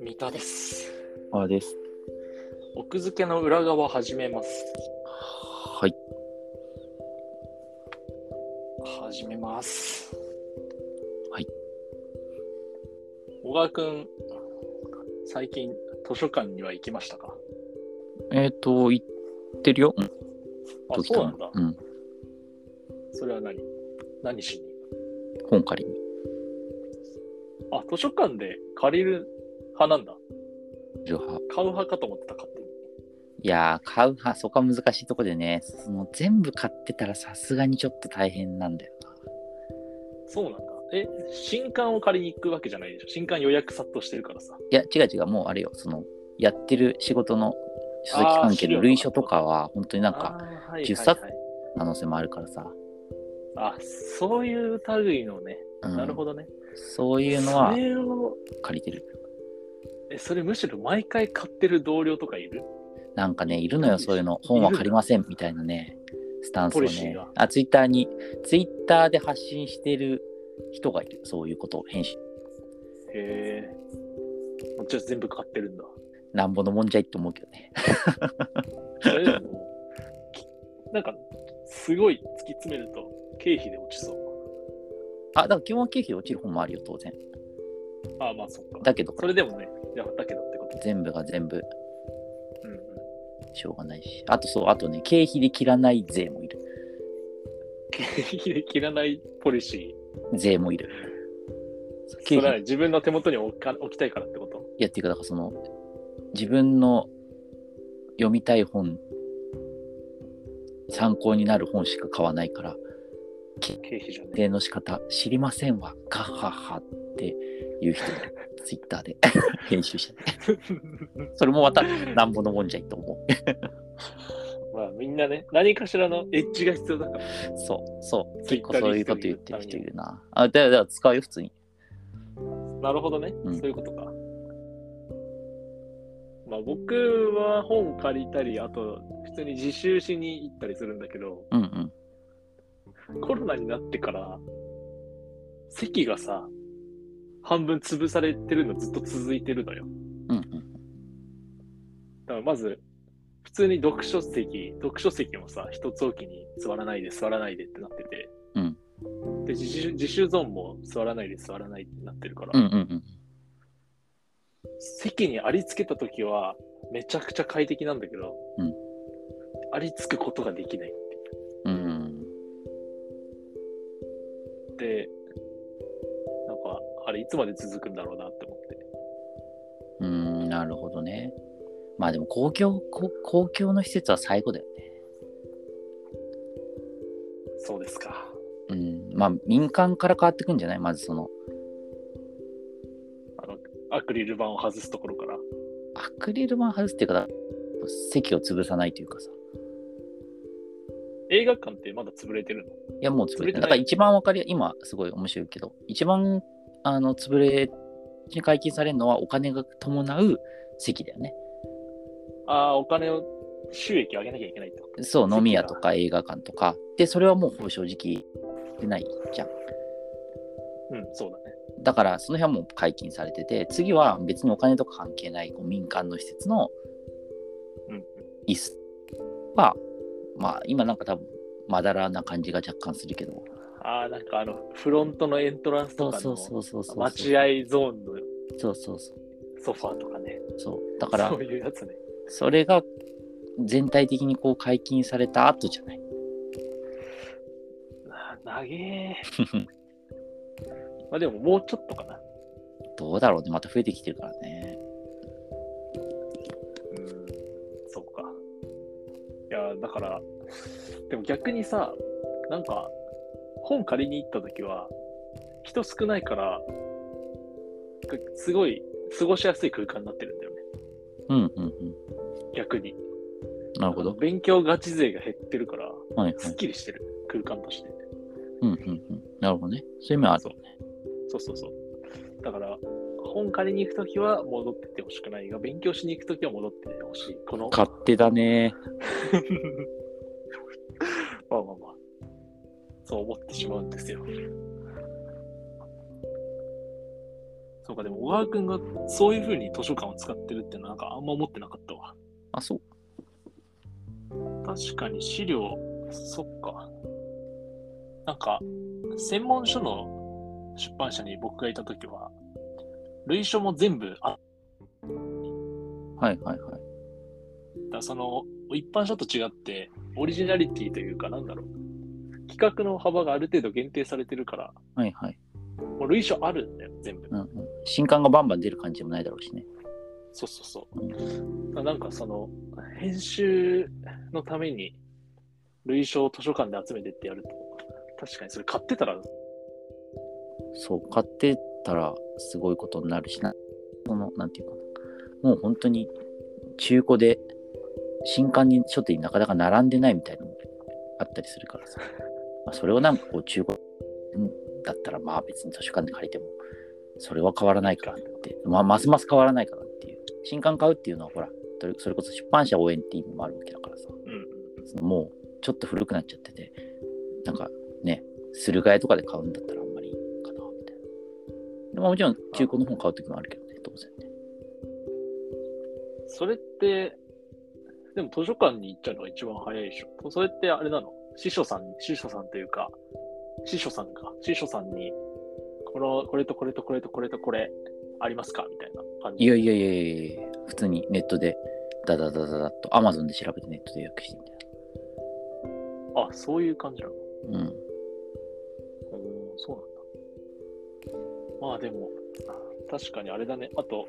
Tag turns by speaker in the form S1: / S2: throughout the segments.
S1: 三田です。
S2: あです。
S1: 奥付けの裏側始めます。
S2: はい。
S1: 始めます。
S2: はい。
S1: 小川くん、最近図書館には行きましたか
S2: えっ、と、行ってるよ。うん
S1: あ、
S2: 時
S1: そう
S2: た
S1: な
S2: ま
S1: んだ。
S2: うん。
S1: それは何何しに
S2: 本借りに。
S1: あ、図書館で借りる派なんだ。
S2: 上派。
S1: 買う派かと思ってた、勝手に。
S2: いやー、買う派、そこは難しいとこでね、その全部買ってたらさすがにちょっと大変なんだよ
S1: そうなんだ。え、新刊を借りに行くわけじゃないでしょ新刊予約殺到してるからさ。
S2: な。いや、違う違う、もうあれよ、その、やってる仕事の書籍関係の類書とかは、本当になんか
S1: あー、はい
S2: 10
S1: はい
S2: 冊
S1: はい
S2: 可能性もあるからさ。
S1: あ、そういう類のね。
S2: うん、
S1: なるほどね。
S2: ど。そういうのは
S1: それを
S2: 借りてる。
S1: え、それむしろ毎回買ってる同僚とかいる
S2: なんかね、いるのよ、そういうの。本は借りません、みたいなね、スタンスを
S1: ポリシー
S2: ね
S1: が。
S2: あ、ツイッターに、ツイッターで発信してる人がいる、そういうことを編集。
S1: へえ。もちろん全部買ってるんだ。
S2: なんぼのもんじゃいって思うけどね。
S1: それでも、きなんか、すごい突き詰めると経費で落ちそう。
S2: あ、だから基本は経費で落ちる本もあるよ、当然。
S1: ああ、まあそっか。
S2: だけど、
S1: それでもね、いやだけどってこと。
S2: 全部が全部
S1: うんうん。
S2: しょうがないし。あとそう、あとね、経費で切らない税もいる。
S1: 経費で切らないポリシ
S2: 税もいる。そう
S1: ー。
S2: 経
S1: それは
S2: 費、い
S1: 自分の手元に置か置きたいからってこと。
S2: やっていうか、だからその、自分の読みたい本、参考になる本しか買わないから、
S1: 経費じゃね。
S2: 定の仕方知りませんわ、ガッハッハっていう人がツイッターで 編集してて、それもまたなんぼのもんじゃいと思う。
S1: まあみんなね、何かしらのエッジが必要だから。
S2: そう、そう、
S1: ツイ
S2: 結
S1: ッ
S2: 構
S1: ター
S2: そう
S1: で一
S2: いう
S1: 人で
S2: こと
S1: 言
S2: 言
S1: っ
S2: ったて
S1: んや
S2: る人いるな。あ、だからだから使うよ、普通に。
S1: なるほどね、
S2: うん
S1: そういうことか。まあ僕は本借りたり、あと普通に自習しに行ったりするんだけど、
S2: うんうん。
S1: コロナになってから、席がさ、半分潰されてるのずっと続いてるのよ。
S2: うんうん。
S1: だからまず、普通に読書席、読書席もさ、一つおきに座らないで座らないでってなってて、
S2: うん
S1: で自習、自習ゾーンも座らないで座らないってなってるから、
S2: うんうんうん。
S1: 席にありつけた時はめちゃくちゃ快適なんだけど、
S2: うん
S1: ありつくことができないっ
S2: うん
S1: てなんかあれいつまで続くんだろうなって思って
S2: うん、うん、なるほどね。まあでも公共、公公共の施設は最後だよね。
S1: そうですか
S2: うん、まあ民間から変わってくんじゃないまずその、
S1: あのアクリル板を外すところから
S2: アクリル板外すっていうか、席を潰さないというかさ。
S1: 映画館ってまだ潰れてるの
S2: いや、もう
S1: 潰
S2: 潰
S1: れ
S2: れ
S1: て
S2: て
S1: な
S2: ないんか一番わかりや、今すごい面白いけど、一番、あの、潰れ、に解禁されるのはお金が伴う席だよね。
S1: ああお金を収益上げなきゃいけないってこと
S2: そう、
S1: 席が
S2: 飲み屋とか映画館とか。で、それはもうほぼ正直出ないじゃん。
S1: うんそうだね
S2: だから、その辺はもう解禁されてて、次は別にお金とか関係ないこう民間の施設の
S1: うんうん
S2: 椅子は、まあ、今なんか多分、まだらな感じが若干するけど。
S1: ああなんかあのフロントのエントランス
S2: そ
S1: と
S2: う
S1: か
S2: そ
S1: の
S2: うそうそうそう。
S1: 待合ゾーンの
S2: そうそうそう。
S1: ソファーとかね
S2: そうだから
S1: そういうやつね
S2: それが全体的にこう解禁された後じゃない。
S1: な長え まあでももうちょっとかな
S2: どうだろうね、また増えてきてるからね。
S1: うんそうかいやだからでも逆にさなんか本借りに行った時は人少ないからくすごい過ごしやすい空間になってるんだよね
S2: うんうんうん。
S1: 逆に
S2: なるほど。
S1: 勉強ガチ勢が減ってるから
S2: はいは
S1: すっ
S2: い。
S1: きりしてる空間として
S2: うんうんうん。なるほどね。そういう面ある。
S1: そうそうそうだから本借りに行く時は戻ってってほしくないが勉強しに行く時は戻っててほしいこの
S2: 勝手だね。
S1: まあまあまあ。そう思ってしまうんですよ。そうか、でも小川くんがそういうふうに図書館を使ってるってのはなんかあんま思ってなかったわ。
S2: あ、そう。
S1: 確かに資料、そっか。なんか、専門書の出版社に僕がいたときは、類書も全部あっ
S2: はいはいはい。
S1: た、その、一般書と違って、オリジナリティというか、なんだろう。企画の幅がある程度限定されてるから、
S2: はいはい。
S1: もう類書あるんだよ、全部。
S2: うんうん、新刊がバンバン出る感じでもないだろうしね。
S1: そうそうそう。なんかその、編集のために、類書を図書館で集めてってやると、確かにそれ買ってたら、
S2: そう、買ってたらすごいことになるしな。その、なんていうかな。もう本当に中古で新刊に書店になかなか並んでないみたいなのもあったりするか らさ。まあ、それをなんかこう中古だったらまあ別に図書館で借りてもそれは変わらないからって。まあますます変わらないからっていう。新刊買うっていうのはほら、どれそれこそ出版社応援っていうのもあるわけだからさ。
S1: うん、
S2: そのもうちょっと古くなっちゃってて、なんかね、する替えとかで買うんだったらあんまりいいかな、みたいな。でまあ、もちろん中古の本買うときもあるけどね、当然ね。
S1: それって、でも図書館に行っちゃうのが一番早いでしょ。それってあれなの司書さん、司書さんというか、司書さんか、司書さんに、この、これとこれとこれとこれとこれ、ありますかみたいな感じ。
S2: いやいやいやいやいや普通にネットで、ダダダダダッと、アマゾンで調べてネットで予約してみたい
S1: あ、そういう感じなの
S2: な。うん。
S1: おおそうなんだ。まあでも、確かにあれだね。あと、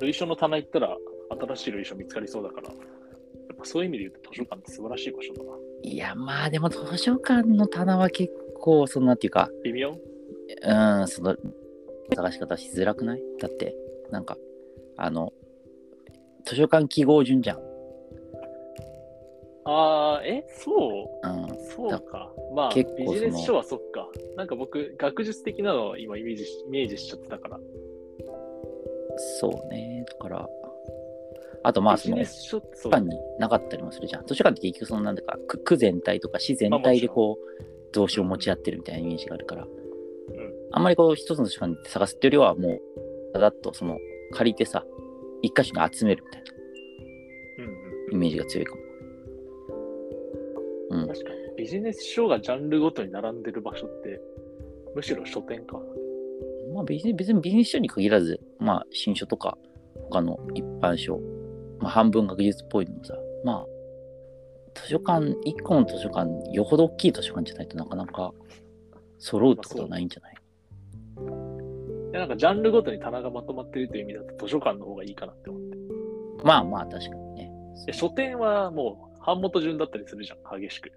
S1: 類書の棚行ったら、新しい類書見つかりそうだから、やっぱそういう意味で言うと図書館って素晴らしい場所だな。
S2: いや、まあでも図書館の棚は結構、そのなんていうか、
S1: 微妙
S2: うん、その探し方しづらくないだって、なんか、あの、図書館記号順じゃん。
S1: ああ、え、そう
S2: うん。
S1: そうか。まあ、ビ
S2: 結構その
S1: ジネス書はそっか。なんか僕、学術的なのを今イメージし、イメージしちゃってたから。
S2: そうね。だから、あとまあ、
S1: ビ
S2: そ
S1: ジ
S2: の、
S1: ネ
S2: 図
S1: ス書ってそ
S2: 書
S1: う
S2: 館になかったりもするじゃん。図書館って結局、その、なんだか、区区全体とか市全体でこう、動詞を持ち合ってるみたいなイメージがあるから、あんまりこう、一つの図書館に行って探すっていうよりは、もう、だだっと、その、借りてさ、一箇所に集めるみたいな
S1: うん
S2: イメージが強いかも。う
S1: うんん。。確かに。ビジネス書がジャンルごとに並んでる場所って、むしろ書店か。
S2: まあ別に、別にビジネス書に限らず、まあ新書とか、他の一般書、まあ半分学術っぽいのもさ、まあ、図書館、一個の図書館、よほど大きい図書館じゃないとなかなか揃うってことはないんじゃない
S1: でなんかジャンルごとに棚がまとまってるという意味だと図書館の方がいいかなって思って。
S2: まあまあ確かにね。
S1: で書店はもう版元順だったりするじゃん、激しく。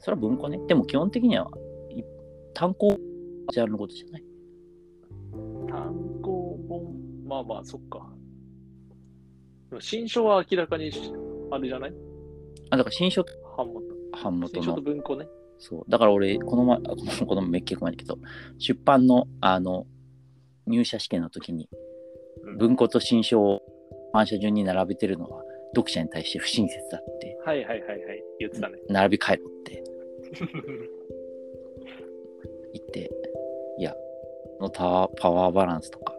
S2: それは文庫ね。でも基本的には、い単行ジャンルごとじゃない
S1: 単行本、まあまあ、そっか。でも新書は明らかにし、あれじゃない
S2: あ、だから新書、
S1: 版元。
S2: 版元
S1: 新書
S2: の
S1: と。文庫ね。
S2: そう。だから俺、この前、あこのこの前、結構前だけど、出版の、あの、入社試験の時に
S1: う、ん
S2: 文庫と新書を反射順に並べてるのは、読者に対して不親切だって、
S1: はいはいはいはい。言ってたね。
S2: 並び替えろって言って、いや、このタワーパワーバランスとか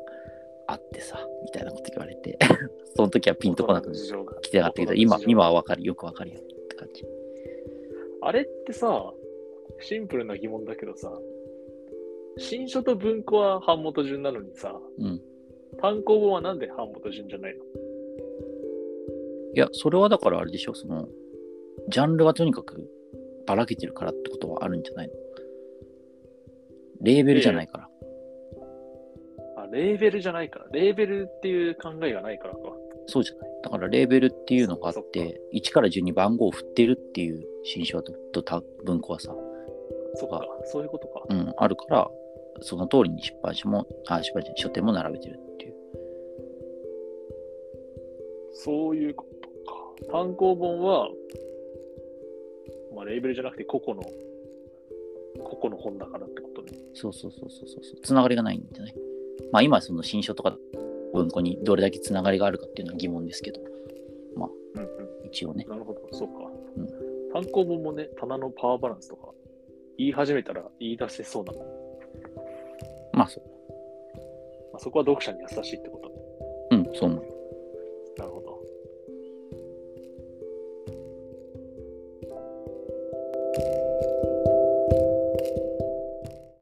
S2: あってさ、みたいなこと言われて、 その時はピンとこなく
S1: 大人の事情が
S2: 来てなかったけど、
S1: 大人の
S2: 今
S1: 事、情
S2: 今はわかる、よくわかるよって感じ。
S1: あれってさ、シンプルな疑問だけどさ、新書と文庫は版元順なのにさ、
S2: うん。
S1: 単行本はなんで版元順じゃないの
S2: いや、それはだからあれでしょ、その、ジャンルはとにかくばらけてるからってことはあるんじゃないのレーベルじゃないから。
S1: あ、レーベルじゃないから。レーベルっていう考えがないからか。
S2: そうじゃない。だからレーベルっていうのがあっ
S1: そっか
S2: て、1から順に番号を振ってるっていう新書ととた文庫はさ、
S1: そっか、そういうことか。
S2: うん、あるから、その通りに出版社も、あ、出版社、書店も並べてるっていう。
S1: そういうことか。単行本は、まあ、レーベルじゃなくて個々の、個々の本だからってことね。
S2: そうそうそうそうそうそう。つながりがないんじゃないまあ今、その新書とか文庫にどれだけつながりがあるかっていうのは疑問ですけど、
S1: うんうん。
S2: 一応ね。
S1: なるほど、そうか。
S2: うん
S1: 単行本もね、棚のパワーバランスとか、言い始めたら言い出せそうな、ま
S2: まあそう。
S1: あ、そこは読者に優しいってこと。
S2: うん、そう思うよ。